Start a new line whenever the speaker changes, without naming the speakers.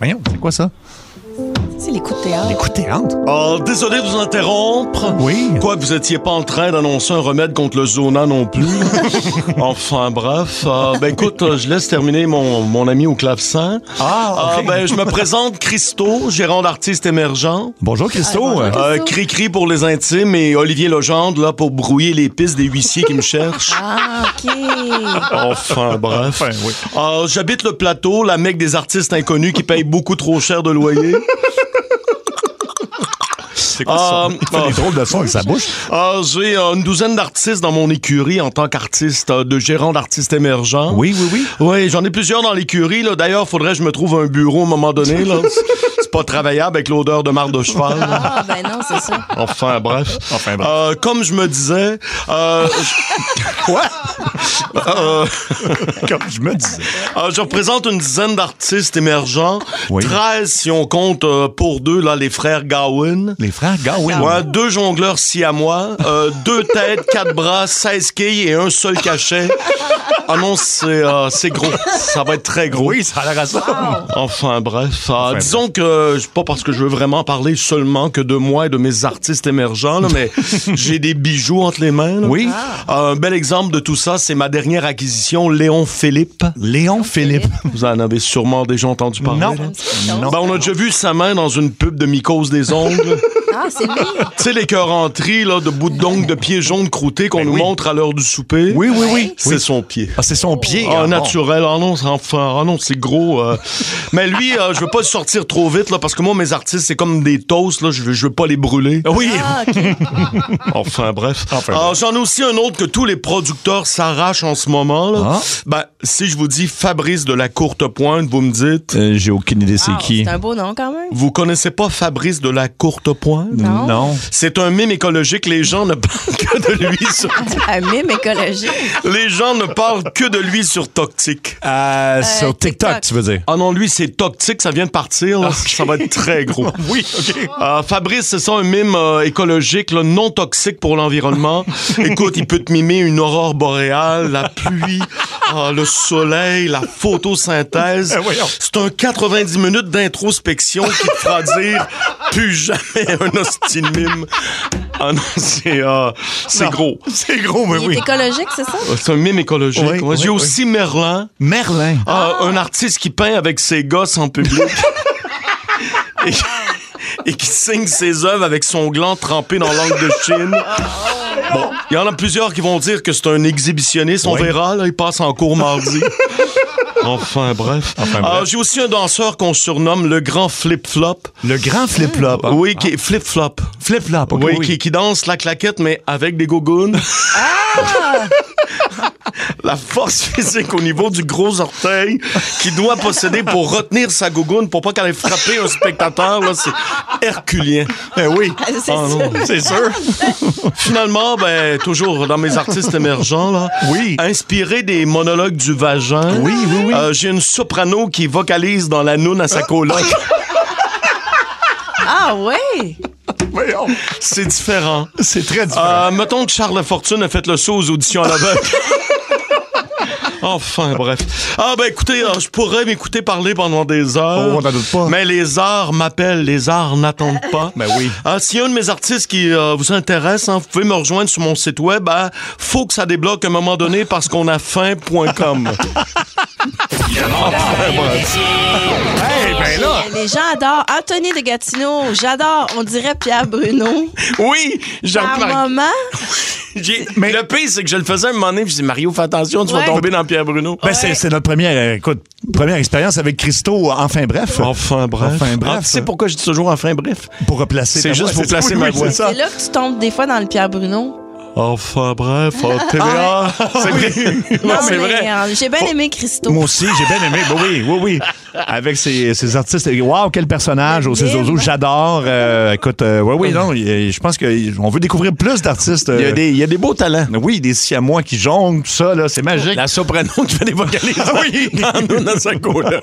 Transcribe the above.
Voyons, c'est quoi ça?
C'est les coups de théâtre.
Écoutez, théâtre?
Ah, désolé de vous interrompre.
Oui.
Quoi, vous étiez pas en train d'annoncer un remède contre le zona non plus. enfin, bref. euh, ben écoute, euh, je laisse terminer mon, mon ami au clavecin.
Ah,
Ah,
ok.
ben je me présente Christo, gérant d'artistes émergents.
Bonjour Christo.
Ah, bonjour.
Euh,
Christo.
Cri-cri pour les intimes et Olivier Legendre là pour brouiller les pistes des huissiers qui me cherchent.
Ah, OK.
Enfin, bref.
Enfin, oui.
Ah, J'habite le plateau, la mecque des artistes inconnus qui payent beaucoup trop cher de loyer.
C'est quoi ça?
Ah,
Il fait
ah.
des drôles de sons avec sa bouche.
Ah, J'ai euh, une douzaine d'artistes dans mon écurie en tant qu'artiste, euh, de gérant d'artistes émergents.
Oui, oui, oui.
Oui, j'en ai plusieurs dans l'écurie. là. D'ailleurs, faudrait que je me trouve un bureau à un moment donné. là. C'est- C'est pas travaillable avec l'odeur de marre de cheval. là.
Ah, ben non, c'est ça.
Enfin, bref.
Enfin, bref.
Euh, comme je me disais, euh,
Quoi?
euh,
Comme je me disais.
Euh, je représente une dizaine d'artistes émergents.
Oui.
13 si on compte euh, pour deux, là, les frères Gowen.
Les frères Gawain.
Ouais, deux jongleurs siamois, euh, deux têtes, quatre bras, 16 quilles et un seul cachet. Ah non, c'est euh, c'est gros. Ça va être très gros.
Oui, ça a l'air à ça.
Enfin bref, euh,
bref.
disons que c'est pas parce que je veux vraiment parler seulement que de moi et de mes artistes émergents, là, mais j'ai des bijoux entre les mains. là. Ah.
Oui.
Un bel exemple de tout ça, c'est ma dernière acquisition, Léon Philippe.
Léon Philippe.
Vous en avez sûrement déjà entendu parler.
Non.
là.
Non.
Ben, on a déjà vu sa main dans une pub de mycose des ongles.
Ah, c'est lui.
tu sais, les cœurs entrés, là, de bouts d'ongles de pieds jaunes croûtés qu'on nous
Ben oui.
montre à l'heure du souper.
Oui, oui, oui.
C'est son pied.
Ah, c'est son pied.
Ah,
bon.
naturel. Ah non, c'est enfin, ah non, c'est gros. euh. Mais lui, euh, je veux pas le sortir trop vite, là, parce que moi, mes artistes, c'est comme des toasts, là. Je veux, je veux pas les brûler.
Oui.
Ah, OK.
Enfin, bref.
Enfin,
Ah, J'en ai aussi un autre que tous les producteurs s'arrachent en ce moment, là.
Ah.
Ben, si je vous dis Fabrice de la Courte Pointe, vous me dites.
Euh, J'ai aucune idée c'est
Ah,
qui.
C'est un beau nom, quand même.
Vous connaissez pas Fabrice de la Courte Pointe?
Non.
C'est un mime écologique. Les gens ne parlent que de lui sur,
Un Ah, mime écologique.
les gens ne parlent que de lui sur Toctic.
Euh, sur TikTok,
TikTok.
tu veux dire.
Ah non, lui, c'est Toctic, ça vient de partir. là. Ça va être très gros.
Oui, OK.
Euh, Fabrice, c'est ça un mime euh, écologique, là, non toxique pour l'environnement. Écoute, il peut te mimer une aurore boréale, la pluie, ah, le soleil, la photosynthèse.
Eh, voyons.
C'est un 90 minutes d'introspection qui te fera dire plus jamais un hostie de mime. Ah non, c'est euh, c'est
Non.
gros.
C'est gros, mais
Il
oui.
est écologique, c'est ça?
Euh, C'est un mime écologique.
Oui,
Ouais, J'ai
oui,
aussi Merlin,
Merlin.
ah, un artiste qui peint avec ses gosses en public. et, et qui signe ses œuvres avec son gland trempé dans l'angle de Chine. Bon, il y en a plusieurs qui vont dire que c'est un exhibitionniste. On
Oui.
verra, là, il passe en cours mardi. Enfin, bref.
Enfin, bref.
Ah, J'ai aussi un danseur qu'on surnomme le grand flip-flop.
Le grand flip-flop. hein.
Oui, qui est flip-flop.
Flip-flop, OK.
Oui, Qui, qui danse la claquette, mais avec des gougounes.
Ah!
la force physique au niveau du gros orteil qu'il doit posséder pour retenir sa gougoune pour pas qu'elle ait frappé un spectateur, là, c'est herculien.
Eh oui.
Ah, C'est
Ah,
sûr.
C'est sûr.
Finalement, ben, toujours dans mes artistes émergents, là.
Oui.
Inspiré des monologues du vagin.
Oui, oui, oui.
euh, J'ai une soprano qui vocalise dans la noune à sa coloc.
Ah, ouais.
Voyons.
C'est différent.
C'est très différent.
Euh, mettons que Charles Fortune a fait le saut aux auditions à l'aveugle. Enfin, bref. Ah, ben écoutez, euh, je pourrais m'écouter parler pendant des heures.
Oh, on n'en doute pas.
Mais les arts m'appellent, les arts n'attendent pas.
Ben oui.
Ah, S'il y a un de mes artistes qui euh, vous intéresse, hein, vous pouvez me rejoindre sur mon site web à faut que ça débloque à un moment donné parce qu'on a faim.com.
Eh ben là.
Les gens adorent Anthony de Gatineau. J'adore, on dirait Pierre Bruno.
oui, j'ai
Par moment,
Mais le pire, c'est que je le faisais un moment donné, puis je dis Mario, fais attention, tu
Ouais.
vas tomber dans Pierre Bruno.
Ben, c'est c'est notre première, euh, écoute, première expérience avec Christo, euh, enfin bref,
Enfin bref.
Enfin bref.
Ah, tu sais pourquoi je dis toujours enfin bref?
pour replacer.
c'est
ta
juste
voix.
pour placer ma
oui,
voix.
c'est ça.
c'est là que tu tombes des fois dans le Pierre Bruno.
Enfin bref, oh, TVA. c'est
Ah,
vrai. Non,
Non,
c'est
mais,
vrai.
euh, J'ai bien aimé Christo.
Moi aussi, j'ai bien aimé. Ben oui, oui, oui. Avec ces, ces artistes. Waouh, quel personnage au Zozo. J'adore. Euh, écoute, euh, oui, oui, non. y- Je pense qu'on veut découvrir plus d'artistes.
Il y, a
euh,
des, il y a des beaux talents.
Oui, des siamois qui jonglent, tout ça, là, c'est magique. Ah
Ah La soprano qui fait des vocalises. oui, dans, dans sa couleur.